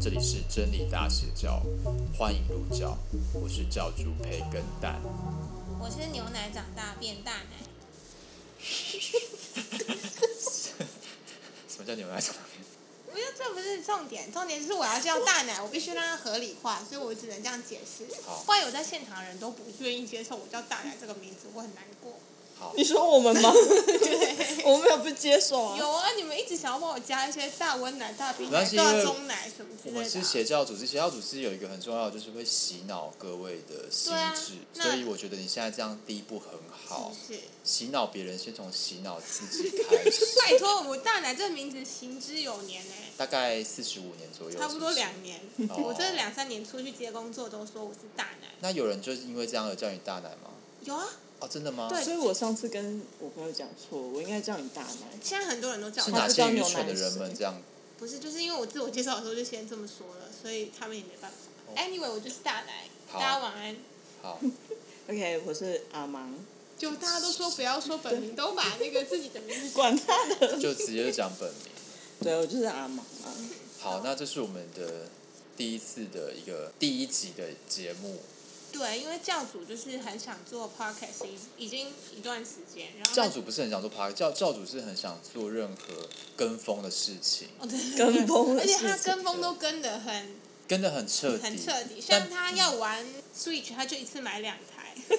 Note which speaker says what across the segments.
Speaker 1: 这里是真理大邪教，欢迎入教。我是教主培根蛋。
Speaker 2: 我是牛奶长大变大奶，
Speaker 1: 什么叫牛奶上面？
Speaker 2: 不是，这不是重点，重点是我要叫大奶，我必须让它合理化，所以我只能这样解释
Speaker 1: 好。
Speaker 2: 不然有在现场的人都不愿意接受我叫大奶这个名字，我很难过。
Speaker 1: 好，
Speaker 3: 你说我们吗？
Speaker 2: 对，
Speaker 3: 我们没有不接受啊。
Speaker 2: 有啊，你们一直想要帮我加一些大温奶、大冰
Speaker 1: 没关
Speaker 2: 奶、
Speaker 1: 系因
Speaker 2: 大
Speaker 1: 为
Speaker 2: 中奶什么之
Speaker 1: 我
Speaker 2: 类的啊。
Speaker 1: 们是邪教组织，邪教组织有一个很重要的，就是会洗脑各位的心
Speaker 2: 对啊
Speaker 1: 智，
Speaker 2: 那
Speaker 1: 所以我觉得你现在这样第一步很好，
Speaker 2: 是不是？，
Speaker 1: 洗脑别人先从洗脑自己开始
Speaker 2: 拜托，我大奶这个名字行之有年呢、
Speaker 1: 大概四十五年左右，
Speaker 2: 差不多
Speaker 1: 是是
Speaker 2: 两年。
Speaker 1: 哦
Speaker 2: 我这两三年出去接工作都说我是大奶。
Speaker 1: 那有人就是因为这样而叫你大奶吗？
Speaker 2: 有啊，
Speaker 1: 哦，真的吗？
Speaker 2: 对
Speaker 3: 所以我上次跟我朋友讲错，我应该叫你大奶。
Speaker 2: 现在很多人都叫
Speaker 1: 是
Speaker 2: 我
Speaker 1: 哪
Speaker 2: 大
Speaker 3: 不
Speaker 2: 奶。
Speaker 3: 知道
Speaker 1: 些愚
Speaker 3: 牛奶
Speaker 1: 蠢的人
Speaker 3: 是
Speaker 1: 们
Speaker 3: 谁
Speaker 1: 这样？
Speaker 2: 不是，就是因为我自我介绍的时候就先这么说了，所以他们也没办法。Anyway，我就是大奶，
Speaker 1: 哦好
Speaker 2: 大家晚安。
Speaker 1: 好，
Speaker 3: OK，我是阿芒，
Speaker 2: 就大家都说不要说本名，都把那个自己的名字。
Speaker 3: 管他的。
Speaker 1: 就直接就讲本名。
Speaker 3: 对，我就是阿芒啊。
Speaker 1: 好，那这是我们的第一次的一个第一集的节目。
Speaker 2: 对，因为教主就是很想做 podcast，已已经一段时间，然后
Speaker 1: 教主不是很想做 p a r 教教主是很想做任何跟风的事情，
Speaker 2: 哦对，
Speaker 3: 跟风的
Speaker 2: 而且
Speaker 3: 事
Speaker 2: 他
Speaker 3: 情
Speaker 2: 跟风都跟的很
Speaker 1: 跟的很彻底。
Speaker 2: 很彻底，
Speaker 1: 但
Speaker 2: 像他要玩 Switch，他就一次买两台，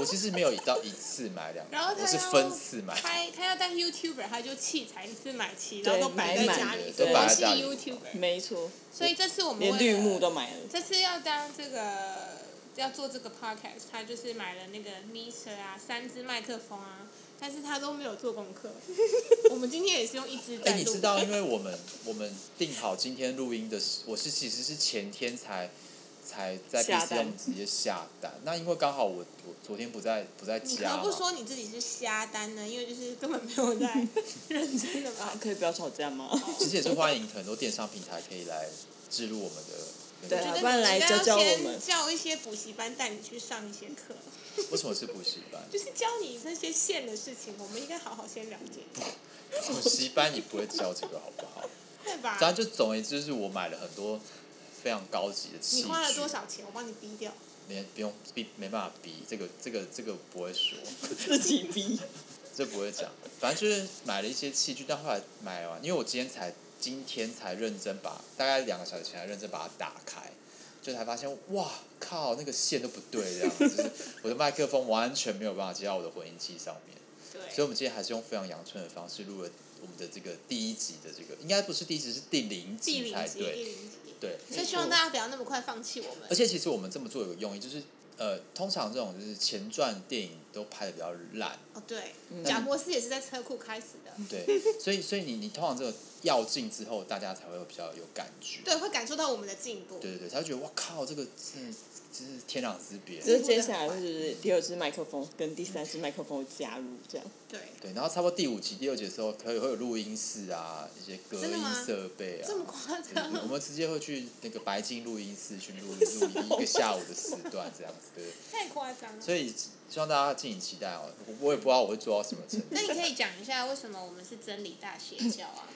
Speaker 1: 我其实没有到一次买两个
Speaker 2: 然后，他
Speaker 1: 哦我是
Speaker 2: 要
Speaker 1: 分次买。
Speaker 2: 他他要当 YouTuber，他就器材一次买齐，然
Speaker 3: 对
Speaker 2: 后都摆在
Speaker 3: 买满
Speaker 2: 家
Speaker 3: 了
Speaker 2: 里，
Speaker 3: 都
Speaker 2: 所以
Speaker 3: 摆
Speaker 1: 在
Speaker 2: 是
Speaker 1: 家里
Speaker 2: YouTuber。
Speaker 3: 没错，
Speaker 2: 所以这次我们
Speaker 3: 连
Speaker 2: 为
Speaker 3: 绿
Speaker 2: 了
Speaker 3: 幕都买了。
Speaker 2: 这次要当这个要做这个 podcast，他就是买了那个 Mister 啊，三支麦克风啊，但是他都没有做功课。我们今天也是用一支在
Speaker 1: 哎、
Speaker 2: 录。
Speaker 1: 你知道，因为我们我们定好今天录音的时，我是其实是前天才才在 B
Speaker 3: 下
Speaker 1: C
Speaker 3: 单
Speaker 1: M 直接下单。那因为刚好我我昨天不在不在
Speaker 2: 你
Speaker 1: 家
Speaker 2: 何
Speaker 1: 嘛
Speaker 2: 不，说你自己是瞎单呢？因为就是根本没有在认真的吧
Speaker 3: 啊，。可以不要吵架吗？
Speaker 1: 其实也是欢迎很多电商平台可以来置入我们的那
Speaker 3: 对
Speaker 1: 个。
Speaker 3: 啊
Speaker 2: 觉得
Speaker 3: 不然
Speaker 2: 你
Speaker 3: 来
Speaker 2: 应该
Speaker 3: 教
Speaker 2: 要
Speaker 3: 教我
Speaker 2: 先
Speaker 3: 们
Speaker 2: 叫一些补习班带你去上一些课，
Speaker 1: 为什么是补习班？
Speaker 2: 就是教你那些线的事情，我们应该好好先了解，
Speaker 1: 补习班也不会教这个，好不好？
Speaker 2: 对吧？
Speaker 1: 咱就总而言之，就是我买了很多非常高级的器具。
Speaker 2: 你花了多少钱？我帮你逼掉。
Speaker 1: 没不用逼，没办法逼，这个这个这个不会说，
Speaker 3: 自己逼。
Speaker 1: 这不会讲。反正就是买了一些器具，但后来买完，因为我今天才今天才认真把，大概两个小时前才认真把它打开，就才发现哇靠，那个线都不对，这样就是我的麦克风完全没有办法接到我的混音器上面。所以，
Speaker 2: 对，
Speaker 1: 我们今天还是用非常阳春的方式录了我们的这个第一集的这个，应该不是第一集，是第零
Speaker 2: 第
Speaker 1: 集
Speaker 2: 零
Speaker 1: 才
Speaker 2: 级，第
Speaker 1: 对。
Speaker 2: 零级。
Speaker 1: 对，
Speaker 2: 所以希望大家不要那么快放弃我们
Speaker 1: 而。且其实我们这么做有个用意，就是呃，通常这种就是前传电影都拍的比较烂，
Speaker 2: 哦，对，
Speaker 3: 嗯
Speaker 2: 贾博士也是在车库开始的，
Speaker 1: 对，所以所以你你通常这个要进之后，大家才会比较有感觉。
Speaker 2: 对，会感受到我们的进步。
Speaker 1: 对对对，才会觉得哇靠，这个真的真是天壤之别。
Speaker 3: 就是接下来就是第二支麦克风跟第三支麦克风加入这样。
Speaker 2: 对，
Speaker 1: 对，然后差不多第五集、第六集的时候，可以会有录音室啊，一些隔
Speaker 2: 真的
Speaker 1: 音
Speaker 2: 吗
Speaker 1: 设备啊。
Speaker 2: 这么夸
Speaker 1: 对我
Speaker 3: 嗯
Speaker 2: 张，
Speaker 1: 们直接会去那个白金录音室去录录一个下午的时段这样子，对。
Speaker 2: 太夸张了。
Speaker 1: 所以希望大家敬请期待哦。我我也不知道我会做到什么程度。
Speaker 2: 那你可以讲一下为什么我们是真理大邪教 啊？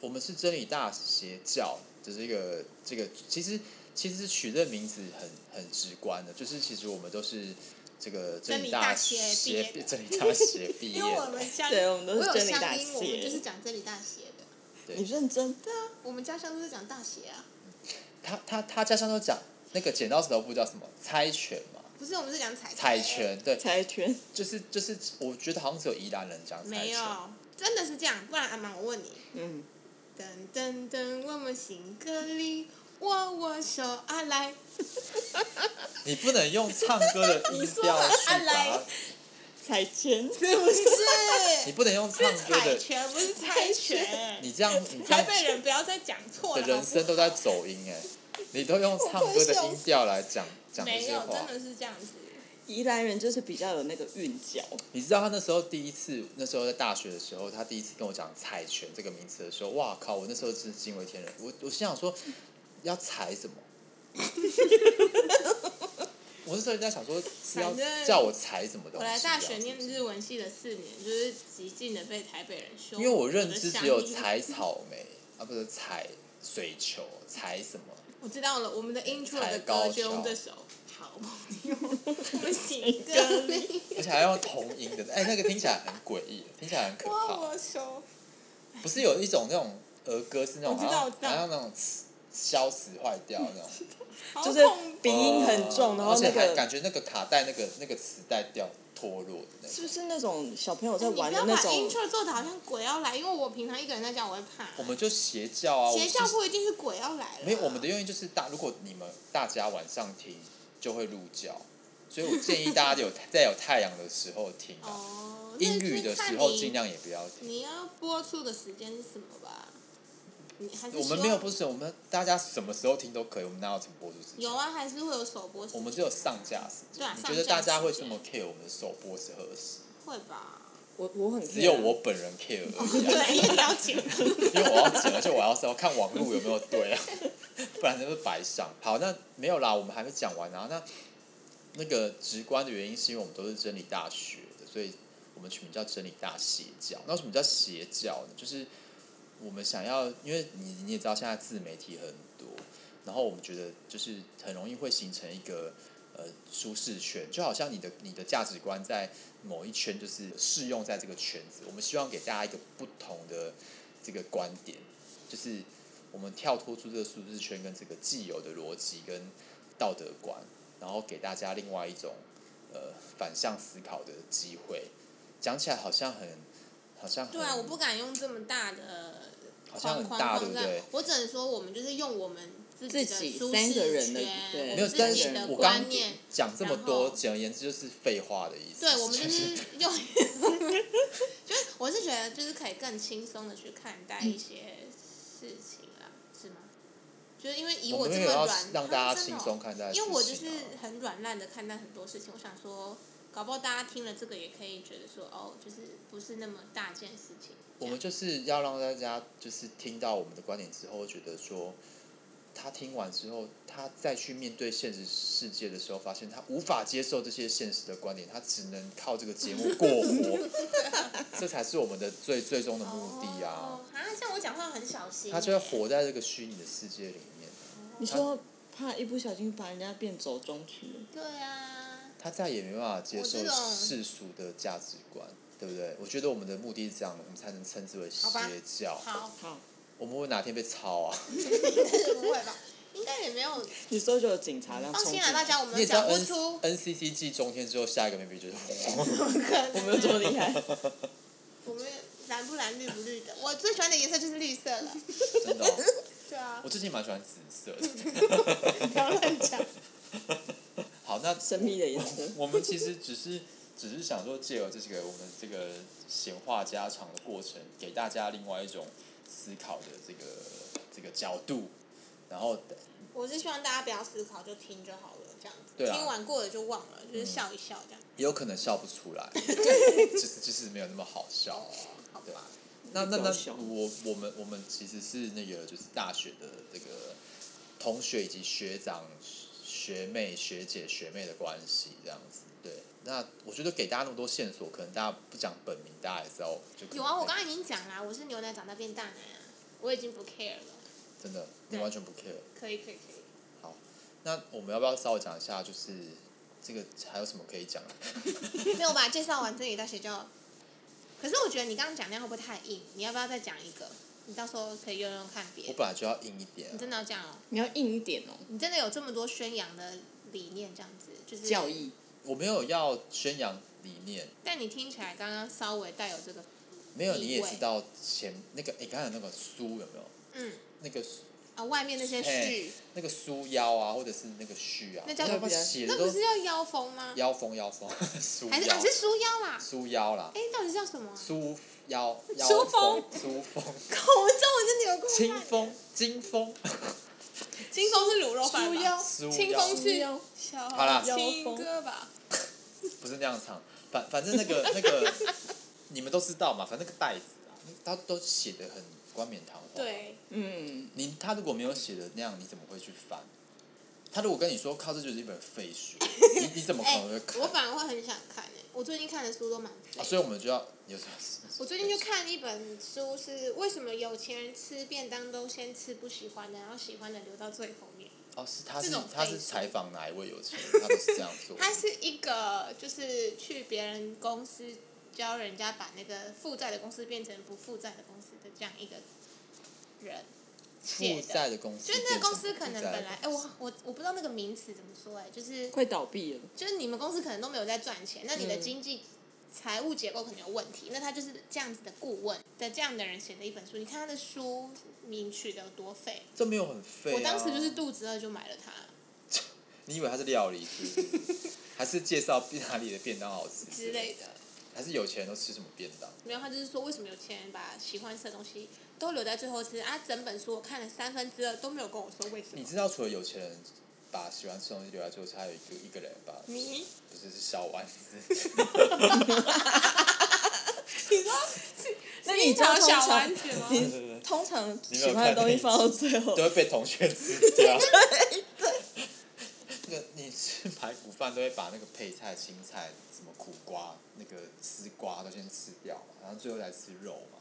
Speaker 1: 我们是真理大邪教，就是一个这个其实其实取这个名字很很直观的，就是其实我们都是这个真理大
Speaker 2: 真理大邪毕业的
Speaker 1: 真理大邪毕业
Speaker 2: 因为我
Speaker 1: 的，
Speaker 2: 们乡，
Speaker 3: 对我们都是
Speaker 2: 有
Speaker 3: 真理
Speaker 2: 乡
Speaker 3: 大
Speaker 2: 音，我们
Speaker 3: 邪
Speaker 2: 就是讲真理大邪的。
Speaker 1: 对
Speaker 3: 你认真？
Speaker 2: 对啊，我们家乡都是讲大邪啊，
Speaker 1: 他他他家乡都讲那个剪刀石头布叫什么猜拳嘛，
Speaker 2: 不是我们是讲彩
Speaker 1: 猜，拳对，
Speaker 3: 猜拳？
Speaker 1: 就是就是我觉得好像只有宜兰人讲猜
Speaker 2: 没
Speaker 1: 拳，
Speaker 2: 有，真的是这样。不然阿妈，我问你，
Speaker 3: 嗯，
Speaker 2: 噔噔噔，我们行歌里握握手，阿来，
Speaker 1: 你不能用唱歌的音调去把
Speaker 2: 阿来
Speaker 1: 它，
Speaker 3: 猜 拳？
Speaker 2: 是不
Speaker 1: 你
Speaker 2: 是？
Speaker 1: 不能用唱
Speaker 2: 是
Speaker 1: 歌
Speaker 2: 彩
Speaker 1: 的，
Speaker 2: 拳，不是猜拳。
Speaker 1: 你这样你这
Speaker 2: 台
Speaker 1: 样
Speaker 2: 北人不要再讲错
Speaker 1: 的
Speaker 2: 了，
Speaker 1: 人生都在走音哎，你都用唱歌的音调来讲讲这
Speaker 2: 没
Speaker 1: 些
Speaker 2: 有，真
Speaker 1: 话。
Speaker 2: 的是这样子。
Speaker 3: 宜兰人就是比较有那个韵脚。
Speaker 1: 你知道他那时候第一次，那时候在大学的时候，他第一次跟我讲“彩拳”这个名词的时候，哇靠！我那时候真是惊为天人。我我心想说，要踩什么？ 我那时候在想说是要
Speaker 2: 反正
Speaker 1: 叫我踩什么东
Speaker 2: 我
Speaker 1: 西啊？
Speaker 2: 来大学念日文系的四年，就是极尽的被台北人羞辱。
Speaker 1: 因为我认知只有
Speaker 2: 的乡音
Speaker 1: 采草莓啊，不是采水球，踩什么？
Speaker 2: 我知道了，我们的 intro
Speaker 1: 踩
Speaker 2: 的
Speaker 1: 高
Speaker 2: 歌就用
Speaker 1: 跷
Speaker 2: 这首。好朋友， 我行歌里
Speaker 1: 而且还要同音的，哎、那个听起来很诡异，听起来很可
Speaker 2: 握
Speaker 1: 怕。
Speaker 2: 我手。
Speaker 1: 不是有一种那种儿歌是那种，
Speaker 2: 我知道
Speaker 1: 好
Speaker 2: 我
Speaker 1: 像
Speaker 2: 知道
Speaker 1: 好像那种嘶消死坏掉那 种，
Speaker 2: 好
Speaker 3: 就是
Speaker 2: 恐
Speaker 3: 鼻音很重，然后
Speaker 1: 而且
Speaker 3: 那
Speaker 1: 还
Speaker 3: 个
Speaker 1: 感觉那个卡带那个那个磁带掉脱落的那
Speaker 3: 是
Speaker 1: 种。
Speaker 3: 不是那种小朋友在
Speaker 2: 哎你不
Speaker 3: 玩
Speaker 2: 要
Speaker 3: 的
Speaker 2: 把
Speaker 3: 那种？
Speaker 2: intro 做的好像鬼要来，因为我平常一个人在家我会怕。
Speaker 1: 我们就邪教啊，我
Speaker 2: 邪
Speaker 1: 们
Speaker 2: 教
Speaker 1: 就是
Speaker 2: 不一定是鬼要来了。
Speaker 1: 没有，我们的用意就是大，如果你们大家晚上听就会入教，所以我建议大家有在有太阳的时候听啊，
Speaker 2: 哦，那
Speaker 1: 阴雨的
Speaker 2: 就是看
Speaker 1: 时候
Speaker 2: 你
Speaker 1: 尽量也不要听。
Speaker 2: 你要播出的时间是什么吧？你还是
Speaker 1: 我们
Speaker 2: 希
Speaker 1: 没有
Speaker 2: 望
Speaker 1: 不是，我们大家什么时候听都可以，我们哪有什么播出时间？
Speaker 2: 有啊，还是会有首播时间。
Speaker 1: 我们只有上架时
Speaker 2: 对
Speaker 1: 间
Speaker 2: 啊。
Speaker 1: 你觉得大家会这么
Speaker 2: 上
Speaker 1: care 我们的首播是何时？
Speaker 2: 会 吧？
Speaker 3: 我我很
Speaker 1: 只有我本人 care 而已 啊、
Speaker 2: 对，因为你要请。
Speaker 1: 因为我要剪，而且我要是要看网络有没有对啊， 不然就是白上。好，那没有啦，我们还没讲完啊。那那个直观的原因是因为我们都是真理大学的，所以我们取名叫真理大邪教。那为什么叫邪教呢？就是我们想要，因为你你也知道，现在自媒体很多，然后我们觉得就是很容易会形成一个呃舒适圈，就好像你的你的价值观在某一圈就是适用在这个圈子。我们希望给大家一个不同的这个观点，就是我们跳脱出这个舒适圈跟这个既有的逻辑跟道德观，然后给大家另外一种呃反向思考的机会。讲起来好像很，好像很
Speaker 2: 对啊，我不敢用这么大的
Speaker 1: 好像很
Speaker 2: 框
Speaker 1: 大
Speaker 2: 框
Speaker 1: 对不
Speaker 2: 框这
Speaker 1: 对
Speaker 2: 样我只能说，我们就是用我们自己
Speaker 3: 自己
Speaker 2: 的舒
Speaker 3: 三个
Speaker 2: 适
Speaker 3: 人
Speaker 2: 圈
Speaker 3: 的，对
Speaker 2: 我
Speaker 1: 没有，
Speaker 2: 们
Speaker 3: 自
Speaker 1: 但
Speaker 2: 己
Speaker 1: 是
Speaker 2: 的
Speaker 1: 我刚
Speaker 2: 观念。
Speaker 1: 讲这么
Speaker 2: 然
Speaker 1: 多，
Speaker 2: 后
Speaker 1: 简而言之就是废话的意思。
Speaker 2: 对，我们就
Speaker 1: 就是
Speaker 2: 用， 就是我是觉得就是可以更轻松的去看待一些事情啦，是吗？就是因为以
Speaker 1: 我
Speaker 2: 这
Speaker 1: 们
Speaker 2: 么
Speaker 1: 也要
Speaker 2: 软，
Speaker 1: 让大
Speaker 2: 啊
Speaker 1: 家
Speaker 2: 真的
Speaker 1: 轻
Speaker 2: 哦
Speaker 1: 松看待事情啊、
Speaker 2: 因为我就是很软烂的看待很多事情，我想说，搞不好大家听了这个也可以觉得说，哦，就是不是那么大件事情。
Speaker 1: 我们就是要让大家就是听到我们的观点之后，觉得说，他听完之后，他再去面对现实世界的时候，发现他无法接受这些现实的观点，他只能靠这个节目过活， 这才是我们的最最终的目的啊！
Speaker 2: 哦，啊，像我讲话很小心。欸
Speaker 1: 他就会活在这个虚拟的世界里面，
Speaker 3: 你说怕一不小心把人家变走中去了，
Speaker 2: 对啊，
Speaker 1: 他再也没办法接受
Speaker 2: 我这种
Speaker 1: 世俗的价值观，对不对？我觉得我们的目的是这样，我们才能称之为邪
Speaker 2: 好吧
Speaker 1: 教。
Speaker 2: 好，
Speaker 3: 好，
Speaker 1: 我们会哪天被抄啊？
Speaker 2: 但是不会吧？应该也没有。
Speaker 3: 你说就有警察这样
Speaker 2: 放
Speaker 3: 冲进
Speaker 2: 心啊啦，
Speaker 3: 来
Speaker 2: 大，家我
Speaker 1: 你也
Speaker 2: 们
Speaker 1: 知道
Speaker 2: 讲不
Speaker 1: N
Speaker 2: 出，
Speaker 1: NCC 季中天之后，下一个 maybe 就是 我。
Speaker 3: 我没有这么厉害，
Speaker 2: 我们蓝不蓝，绿不绿的。我最喜欢的颜色就是绿色了。
Speaker 1: 真的哦、
Speaker 2: 对啊，
Speaker 1: 我最近蛮喜欢紫色的。
Speaker 2: 不要乱讲。
Speaker 1: 好，那。
Speaker 3: 神秘的颜色
Speaker 1: 我们其实只是只是想说，借由这个我们这个闲话家常的过程，给大家另外一种思考的这个这个角度。然后
Speaker 2: 我是希望大家不要思考，就听就好了，这样子。
Speaker 1: 对啊
Speaker 2: 听完过了就忘了，就是笑一笑这样。
Speaker 1: 也有可能笑不出 来，就是就是没有那么好笑。
Speaker 2: 哦好
Speaker 1: 对
Speaker 2: 吧。
Speaker 1: 那那那
Speaker 3: 搞笑
Speaker 1: 我我们我们其实是那个就是大学的这个同学以及学长、学妹、学姐、学妹的关系这样子。对，那我觉得给大家那么多线索，可能大家不讲本名，大家也知道就可能
Speaker 2: 有啊，我刚刚已经讲啦，我是牛奶长大变大奶啊，我已经不 care 了。
Speaker 1: 哎真的你
Speaker 2: 对
Speaker 1: 完全不 care。
Speaker 2: 可以可以可以，
Speaker 1: 好，那我们要不要稍微讲一下，就是这个还有什么可以讲？
Speaker 2: 没有吧？介绍完真理大学就，可是我觉得你刚刚讲那样会不会太硬？你要不要再讲一个？你到时候可以用用看别
Speaker 1: 我
Speaker 2: 的。
Speaker 1: 本来就要硬一点啊、
Speaker 2: 你真的要这样哦？
Speaker 3: 你要硬一点哦，
Speaker 2: 你真的有这么多宣扬的理念这样子，就是
Speaker 3: 教。义。
Speaker 1: 我没有要宣扬理念，
Speaker 2: 但你听起来刚刚稍微带有这个，
Speaker 1: 没有你也
Speaker 2: 地位
Speaker 1: 知道前那个诶，刚、才那个书有没有？
Speaker 2: 嗯
Speaker 1: 那个
Speaker 2: 啊，外面那些
Speaker 1: 嘿
Speaker 2: 序，
Speaker 1: 那个束腰啊，或者是那个絮啊，
Speaker 2: 那叫
Speaker 1: 他们
Speaker 3: 什么
Speaker 1: 写的
Speaker 2: 那
Speaker 1: 都
Speaker 2: 不是叫妖风吗？
Speaker 1: 腰封腰封， 束
Speaker 2: 还是
Speaker 1: 腰
Speaker 2: 啊还是书妖啦？
Speaker 1: 束腰啦，
Speaker 2: 哎，到底叫什么啊？
Speaker 1: 束腰腰
Speaker 2: 书
Speaker 1: 封
Speaker 2: 风
Speaker 1: 书风，
Speaker 2: 口中我真的有过
Speaker 1: 清风金风，
Speaker 2: 清风是卤肉饭吧
Speaker 3: 书妖
Speaker 1: 书
Speaker 2: 清
Speaker 1: 妖
Speaker 2: 风是
Speaker 3: 妖
Speaker 2: 小
Speaker 1: 好啦
Speaker 2: 情歌吧？
Speaker 1: 不是那样唱，反反正那个那个 你们都知道嘛，反正那个袋子啊，他都写的很冠冕堂皇。，
Speaker 2: 对，
Speaker 3: 嗯，
Speaker 1: 你他如果没有写的那样，你怎么会去翻？他如果跟你说靠，这就是一本废书，你你怎么可
Speaker 2: 哎、
Speaker 1: 能会
Speaker 2: 我
Speaker 1: 看？
Speaker 2: 反而会很想看诶、哎我最近看的书都蛮
Speaker 1: 啊，
Speaker 2: 废
Speaker 1: 所以我们就要有什么？
Speaker 2: 我最近就看一本书，是为什么有钱人吃便当都先吃不喜欢的，然后喜欢的留到最后面。
Speaker 1: 哦，是他是
Speaker 2: 这种
Speaker 1: 他是
Speaker 2: 废书
Speaker 1: 采访哪一位有钱人，他都是这样做。
Speaker 2: 他是一个就是去别人公司教人家把那个负债的公司变成不负债的公司的这样一个人写
Speaker 1: 负
Speaker 2: 的。
Speaker 1: 债的公司，
Speaker 2: 就是那个公司可能本来，哎、我我我不知道那个名词怎么说、哎，就是
Speaker 3: 快倒闭了，
Speaker 2: 就是你们公司可能都没有在赚钱，那你的
Speaker 3: 嗯
Speaker 2: 经济财务结构可能有问题，那他就是这样子的顾问的这样的人写的一本书，你看他的书名取得有多废，
Speaker 1: 这没有很废、啊。
Speaker 2: 我当时就是肚子饿就买了它，
Speaker 1: 你以为他是料理是不 是还是介绍哪里的便当好吃
Speaker 2: 之类的。
Speaker 1: 还是有钱人都吃什么便当？
Speaker 2: 没有，他就是说为什么有钱人把喜欢吃的东西都留在最后吃啊？整本书我看了三分之二都没有跟我说为什
Speaker 1: 你
Speaker 2: 么。
Speaker 1: 知道，除了有钱人把喜欢吃的东西留在最后吃，还有一个一个人吧，
Speaker 2: 你
Speaker 1: 不是是小丸子，
Speaker 2: 你说
Speaker 3: 那
Speaker 2: 樱
Speaker 3: 你知道
Speaker 2: 桃
Speaker 3: 通
Speaker 2: 小
Speaker 3: 常
Speaker 2: 丸子吗？
Speaker 1: 对对对
Speaker 3: 你通常喜欢的东西放到最后
Speaker 1: 都，会被同学吃掉。那个你吃排骨饭都会把那个配菜、青菜、什么苦瓜、那个丝瓜都先吃掉嘛，然后最后才吃肉嘛，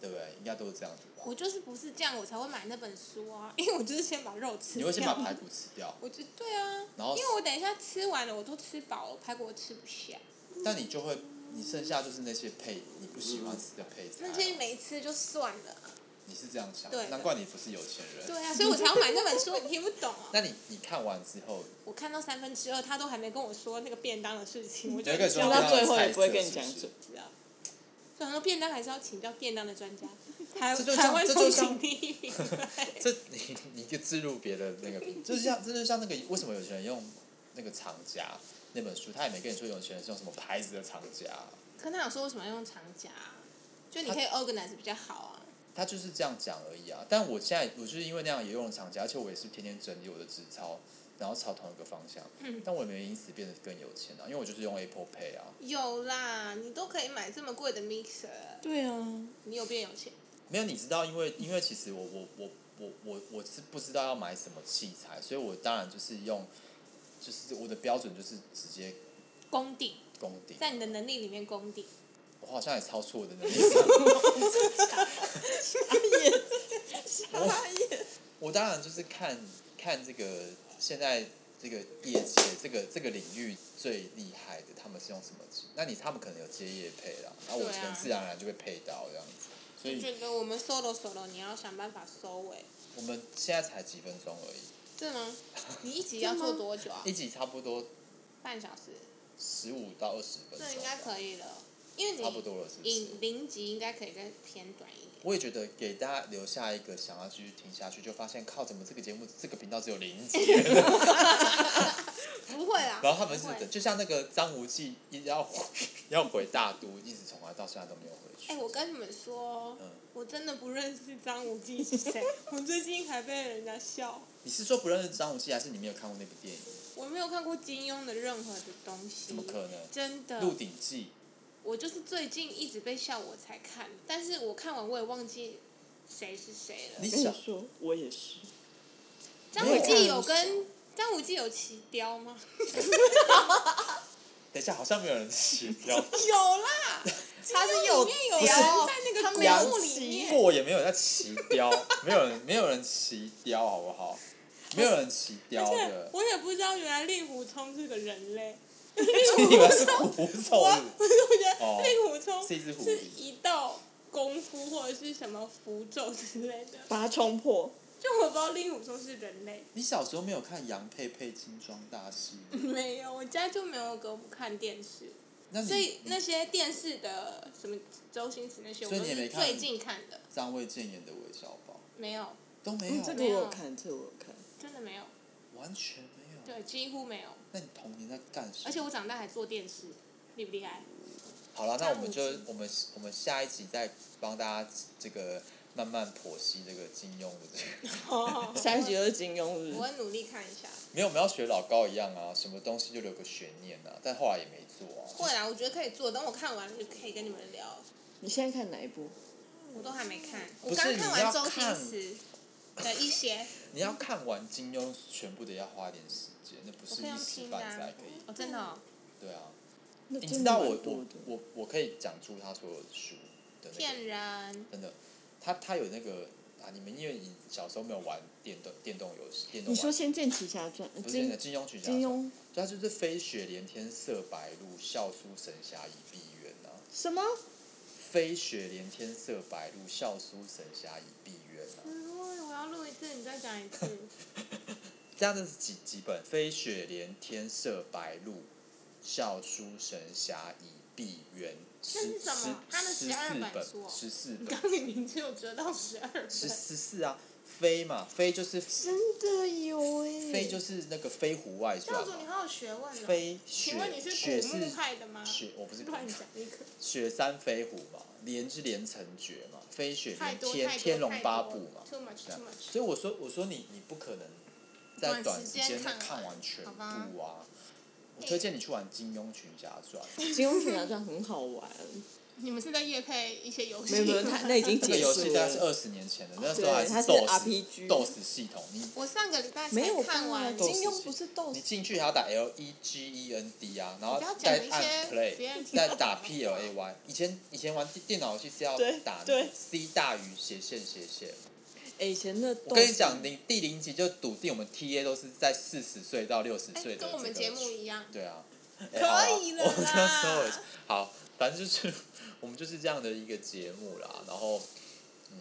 Speaker 1: 对不对？应该都是这样子吧
Speaker 2: 我？就是不是这样，我才会买那本书啊，因为我就是先把肉吃掉。
Speaker 1: 你会先把排骨吃掉，
Speaker 2: 我就对啊，
Speaker 1: 然后
Speaker 2: 因为我等一下吃完了，我都吃饱了，排骨我吃不下，
Speaker 1: 但你就会，你剩下就是那些配你不喜欢吃的配菜
Speaker 2: 那今天
Speaker 1: 啊。
Speaker 2: 没吃就算了啊。
Speaker 1: 你是这样想
Speaker 2: 对，的
Speaker 1: 难怪你不是有钱人。
Speaker 2: 对啊，所以我才要买那本书，你听不懂啊。
Speaker 1: 那你你看完之后，
Speaker 2: 我看到三分之二，他都还没跟我说那个便当的事情，我就
Speaker 1: 有一个
Speaker 2: 很
Speaker 1: 说
Speaker 2: 焦虑
Speaker 3: 留到最后也不会跟你讲
Speaker 1: 是不是
Speaker 3: 准。
Speaker 2: 知道。所以说便当还是要请教便当的专 家，台
Speaker 1: 这就
Speaker 2: 台
Speaker 1: 像
Speaker 2: 湾
Speaker 1: 这
Speaker 2: 风
Speaker 1: 就像
Speaker 2: 情第一名。
Speaker 1: 这你你一个置入别的那个，就是像这就像那个为什么有钱人用那个长夹那本书，他也没跟你说有钱人是用什么牌子的长夹，
Speaker 2: 可他想说为什么要用长夹啊？就你可以 organize 比较好啊。
Speaker 1: 他就是这样讲而已啊。但我现在我就是因为那样也用了长夹，而且我也是天天整理我的纸钞，然后朝同一个方向，
Speaker 2: 嗯
Speaker 1: 但我也没因此变得更有钱啊，因为我就是用 Apple Pay 啊。
Speaker 2: 有啦，你都可以买这么贵的 mixer，
Speaker 3: 对啊，
Speaker 2: 你有变有钱？
Speaker 1: 没有，你知道，因为因为其实我我我我我我是不知道要买什么器材，所以我当然就是用，就是我的标准就是直接
Speaker 2: 功底，
Speaker 1: 攻顶。
Speaker 2: 在你的能力里面功底。
Speaker 1: 我好像也超出我的能力
Speaker 3: 傻眼，
Speaker 1: 我当然就是看看这个现在这个业界这个这个领域最厉害的，他们是用什么器？那你他们可能有接业配啦，那我
Speaker 2: 对啊
Speaker 1: 可能自然而然就被配到这样子。所
Speaker 2: 就
Speaker 1: 以
Speaker 2: 觉得我们 solo solo，你要想办法收尾，
Speaker 1: 我们现在才几分钟而已，
Speaker 2: 真的吗？你一集要做多久啊？
Speaker 1: 一集差不多
Speaker 2: 半小时，
Speaker 1: 十五到二十分钟吧，
Speaker 2: 这应该可以了，因为你
Speaker 1: 差不多了，是不是？
Speaker 2: 影零集应该可以再偏短 一点。
Speaker 1: 我也觉得给大家留下一个想要继续听下去，就发现靠，怎么这个节目这个频道只有零集，
Speaker 2: 不会啦。
Speaker 1: 然后他们是
Speaker 2: 不会
Speaker 1: 等，就像那个张无忌一直要 要回大都，一直从来到现在都没有回去。
Speaker 2: 哎、我跟你们说，
Speaker 1: 嗯
Speaker 2: 我真的不认识张无忌 是谁，我最近还被人家笑。
Speaker 1: 你是说不认识张无忌，还是你没有看过那部电影？
Speaker 2: 我没有看过金庸的任何的东西，
Speaker 1: 怎么可能？
Speaker 2: 真的
Speaker 1: 《鹿鼎记
Speaker 2: 嗯我就是最近一直被笑，我才看，但是我看完我也忘记谁是谁》，了。
Speaker 1: 你
Speaker 3: 跟你
Speaker 1: 小
Speaker 3: 说，我也是，
Speaker 2: 张无忌
Speaker 3: 没有
Speaker 2: 有
Speaker 3: 看
Speaker 2: 跟张无忌有骑雕吗？
Speaker 1: 等一下，好像没有人吃掉，
Speaker 2: 有啦，
Speaker 3: 他是
Speaker 2: 有
Speaker 3: 有
Speaker 2: 里面有
Speaker 1: 不是
Speaker 2: 雕，在那个
Speaker 1: 梁
Speaker 2: 古墓里
Speaker 3: 骑
Speaker 2: 面。
Speaker 1: 过也没有人在骑雕， 没有人没有人骑雕，好不 好？没有人骑雕
Speaker 2: 而且
Speaker 1: 的，
Speaker 2: 我也不知道原来令狐冲是个 人类，
Speaker 1: 你们是狐臭
Speaker 2: 我
Speaker 1: 是不
Speaker 2: 不是我觉
Speaker 1: 哦
Speaker 2: 得令狐冲
Speaker 1: 是是一只狐
Speaker 2: 是
Speaker 1: 狸。
Speaker 2: 一道功夫或者是什么符咒之类的，
Speaker 3: 把它冲破，
Speaker 2: 就我不知道令狐冲是人类。
Speaker 1: 你小时候没有看杨佩佩精装大戏吗？
Speaker 2: 没有，我家就没有给我们看电视，
Speaker 1: 那你
Speaker 2: 所以
Speaker 1: 你
Speaker 2: 那些电视的什么周星驰那些，我
Speaker 1: 所以
Speaker 2: 都
Speaker 1: 你也
Speaker 2: 是
Speaker 1: 没看
Speaker 2: 最近看的，
Speaker 1: 张卫健演的韦小宝
Speaker 2: 没有，
Speaker 1: 都没有，啊
Speaker 3: 嗯这个我有看，这个我有看，
Speaker 2: 真的没有，
Speaker 1: 完全没有。
Speaker 2: 对，几乎没有。
Speaker 1: 那你童年在干什么？
Speaker 2: 而且我长大还做电视，厉不厉 害？
Speaker 1: 好了，那我们就
Speaker 2: 张无忌
Speaker 1: 我们我们下一集再帮大家这个慢慢剖析这个金庸的这个。
Speaker 3: 下一集就是金庸日
Speaker 2: 我会努力看一下。
Speaker 1: 没有，我们要学老高一样啊，什么东西就留个悬念啊，但后来也没做啊。
Speaker 2: 会啦，我觉得可以做，等我看完了就可以跟你们聊。
Speaker 3: 你现在看哪一部？
Speaker 2: 我都还没看，
Speaker 1: 不
Speaker 2: 我
Speaker 1: 是
Speaker 2: 刚看完
Speaker 1: 你要
Speaker 2: 周
Speaker 1: 看
Speaker 2: 星驰的一些，
Speaker 1: 你要看完金庸全部的要花点时间，那不
Speaker 2: 我
Speaker 1: 是
Speaker 2: 可以
Speaker 1: 一
Speaker 2: 用
Speaker 1: 时
Speaker 2: 听的、
Speaker 1: 半
Speaker 2: 啊
Speaker 1: 载可以。。
Speaker 2: 哦，真的哦。
Speaker 1: 对啊，
Speaker 3: 那
Speaker 1: 你
Speaker 3: 真
Speaker 1: 知
Speaker 3: 的
Speaker 1: 道
Speaker 3: 蛮
Speaker 1: 我
Speaker 3: 多
Speaker 1: 我
Speaker 3: 的
Speaker 1: 我我可以讲出他所有的书的那个
Speaker 2: 骗人，
Speaker 1: 真的，他他有那个啊，你们因为你小时候没有玩电动电动游戏，电动
Speaker 3: 你说《
Speaker 1: 玩
Speaker 3: 仙剑奇侠传》呃
Speaker 1: 不是那个
Speaker 3: 金
Speaker 1: 金庸群侠
Speaker 3: 金
Speaker 1: 传，
Speaker 3: 庸
Speaker 1: 就他就是飞雪连天射白鹿，笑书神侠倚碧鸳啊，
Speaker 3: 什么？
Speaker 1: 飞雪连天射白鹿，笑书神侠倚碧鸳啊。
Speaker 2: 嗯，我要录一次，你再讲一 次。
Speaker 1: 这样子是几几本？飞雪连天射白鹿，笑书神侠倚碧鸳。
Speaker 2: 那是
Speaker 1: 十
Speaker 2: 什么他们
Speaker 1: 十
Speaker 2: 12
Speaker 1: 四
Speaker 2: 本
Speaker 1: 本
Speaker 2: 书哦，
Speaker 1: 十四
Speaker 2: 你
Speaker 1: 本，
Speaker 2: 刚你名字有折到十二分，
Speaker 1: 十十四啊！飞嘛，飞就是
Speaker 3: 真的有哎、
Speaker 1: 飞 就是那个飞狐外
Speaker 2: 教
Speaker 1: 传
Speaker 2: 主你
Speaker 1: 嘛。
Speaker 2: 好有学问哦。
Speaker 1: 飞雪
Speaker 2: 请问你
Speaker 1: 雪
Speaker 2: 古墓
Speaker 1: 是
Speaker 2: 派的吗？
Speaker 1: 雪，我不是
Speaker 2: 乱讲一个，
Speaker 1: 雪山飞狐嘛，连是连城诀嘛，飞雪
Speaker 2: 太
Speaker 1: 连
Speaker 2: 多
Speaker 1: 天
Speaker 2: 太多
Speaker 1: 天龙
Speaker 2: 太多
Speaker 1: 八部嘛。
Speaker 2: ，too much
Speaker 1: 这样
Speaker 2: too much。
Speaker 1: 所以我说，我说你你不可能在
Speaker 2: 短
Speaker 1: 短
Speaker 2: 时
Speaker 1: 时
Speaker 2: 间
Speaker 1: 间内
Speaker 2: 看
Speaker 1: 看
Speaker 2: 完
Speaker 1: 完全
Speaker 2: 好
Speaker 1: 部
Speaker 2: 吧
Speaker 1: 啊！我推荐你去玩《金庸群侠传》，
Speaker 3: 《金庸群侠传》很好玩，
Speaker 2: 你们是在夜配一些游戏
Speaker 3: 没 有没有，
Speaker 2: 吗
Speaker 3: 他那已经
Speaker 1: 这个
Speaker 3: 结
Speaker 1: 游戏
Speaker 3: 束
Speaker 1: 大概是
Speaker 3: 了。
Speaker 1: 二十年前的，那时
Speaker 3: 对
Speaker 1: 候还
Speaker 3: 它是
Speaker 1: DOS
Speaker 3: RPG
Speaker 1: 斗 s 系统，你
Speaker 2: 我上个礼拜
Speaker 3: 没有
Speaker 2: 才看完，
Speaker 3: 吧
Speaker 1: 斗
Speaker 3: 金
Speaker 1: 士
Speaker 3: 庸
Speaker 1: 系
Speaker 3: 不是斗
Speaker 1: 你
Speaker 3: 士，
Speaker 1: 进去还要打 L E G E N D 啊，然后
Speaker 2: 不要讲
Speaker 1: 再
Speaker 2: 一些
Speaker 1: 按
Speaker 2: 别人
Speaker 1: Play，
Speaker 2: 听不
Speaker 1: 再
Speaker 2: 懂
Speaker 1: 打
Speaker 2: 的
Speaker 1: P L A Y。以前以前玩电电脑游戏是要
Speaker 3: 对
Speaker 1: 打那
Speaker 3: 对
Speaker 1: 个 C 大于斜线斜线，
Speaker 3: 哎，以前的斗士
Speaker 1: 我跟你讲，你第零集就笃定我们 T A 都是在四十岁到六十
Speaker 2: 哎
Speaker 1: 岁的、这
Speaker 2: 跟我们
Speaker 1: 个
Speaker 2: 节目一样。
Speaker 1: 对 啊，
Speaker 2: 可
Speaker 1: 哎好啊
Speaker 2: 以了啦
Speaker 1: 我们那时候也是好，反正就是我们就是这样的一个节目啦。然后，嗯，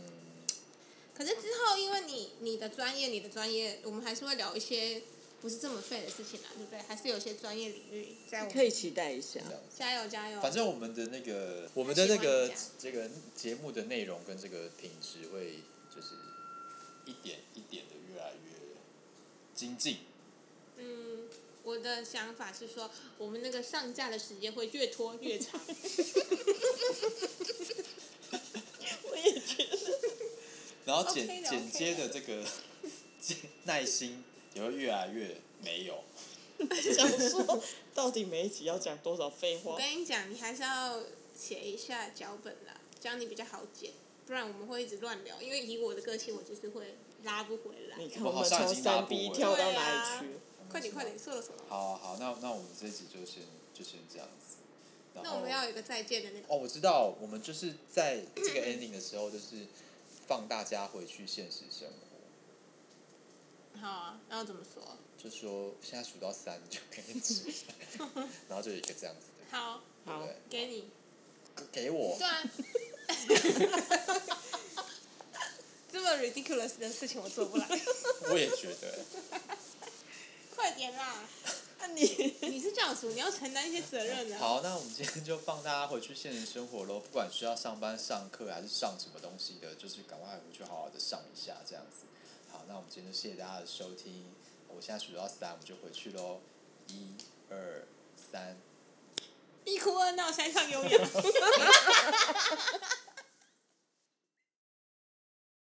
Speaker 2: 可是之后，因为你你的专业，你的专业，我们还是会聊一些不是这么废的事情啦，啊对不对？还是有些专业领域在我们
Speaker 3: 可以期待一下
Speaker 1: 这。样
Speaker 2: 加油加油。
Speaker 1: 反正我们的那个我们的那
Speaker 2: 还
Speaker 1: 个
Speaker 2: 啊喜欢啊
Speaker 1: 这个节目的内容跟这个品质会就是一点一点的越来越精进。
Speaker 2: 嗯，我的想法是说，我们那个上架的时间会越拖 越长。
Speaker 3: 我也觉得
Speaker 1: 然后剪
Speaker 2: OK 的
Speaker 1: 剪
Speaker 2: OK
Speaker 1: 接
Speaker 2: 的
Speaker 1: 的这个剪耐心也会越来越没有。
Speaker 3: 想说，到底每一集要讲多少废
Speaker 2: 我
Speaker 3: 话？
Speaker 2: 跟你讲，你还是要写一下脚本啦，这样你比较好解，不然我们会一直乱聊。因为以我的个性，我就是会拉不回来。
Speaker 3: 你看
Speaker 1: 我
Speaker 3: 我
Speaker 1: 好
Speaker 3: 们
Speaker 1: 像已
Speaker 3: 从
Speaker 1: 经拉
Speaker 3: 三
Speaker 1: 不
Speaker 3: B
Speaker 1: 回
Speaker 3: 跳
Speaker 2: 来
Speaker 3: 到
Speaker 2: 了
Speaker 3: 哪里
Speaker 2: 对
Speaker 3: 去
Speaker 2: 啊
Speaker 3: 了？
Speaker 2: 快点快点，说了什么？
Speaker 1: 好啊好，那那我们这一集就先就先这样子。然
Speaker 2: 那我
Speaker 1: 后
Speaker 2: 们要有一个再见的那个。
Speaker 1: 哦，我知道，我们就是在这个 ending 的时候，就是放大家回去现实生活，
Speaker 2: 好啊，然后怎么说？
Speaker 1: 就说现在数到三就可以吃饭，然后就有一个这样子的，
Speaker 2: 好，
Speaker 1: 对不
Speaker 3: 好
Speaker 1: 对，
Speaker 2: 给你。
Speaker 1: 给我
Speaker 2: 对，啊。 这么 ridiculous 的事情我做不来，
Speaker 1: 我也觉得，
Speaker 2: 快点啦！
Speaker 3: 那你
Speaker 2: 啊你是教主，你要承担一些责任啊的。
Speaker 1: 好，那我们今天就放大家回去现实生活喽，不管需要上班、上课还是上什么东西的，就是赶快回去好好的上一下这样子。好，那我们今天就谢谢大家的收听，我现在数到三，我们就回去喽，一、二、三。
Speaker 2: 一哭二闹，山上优雅。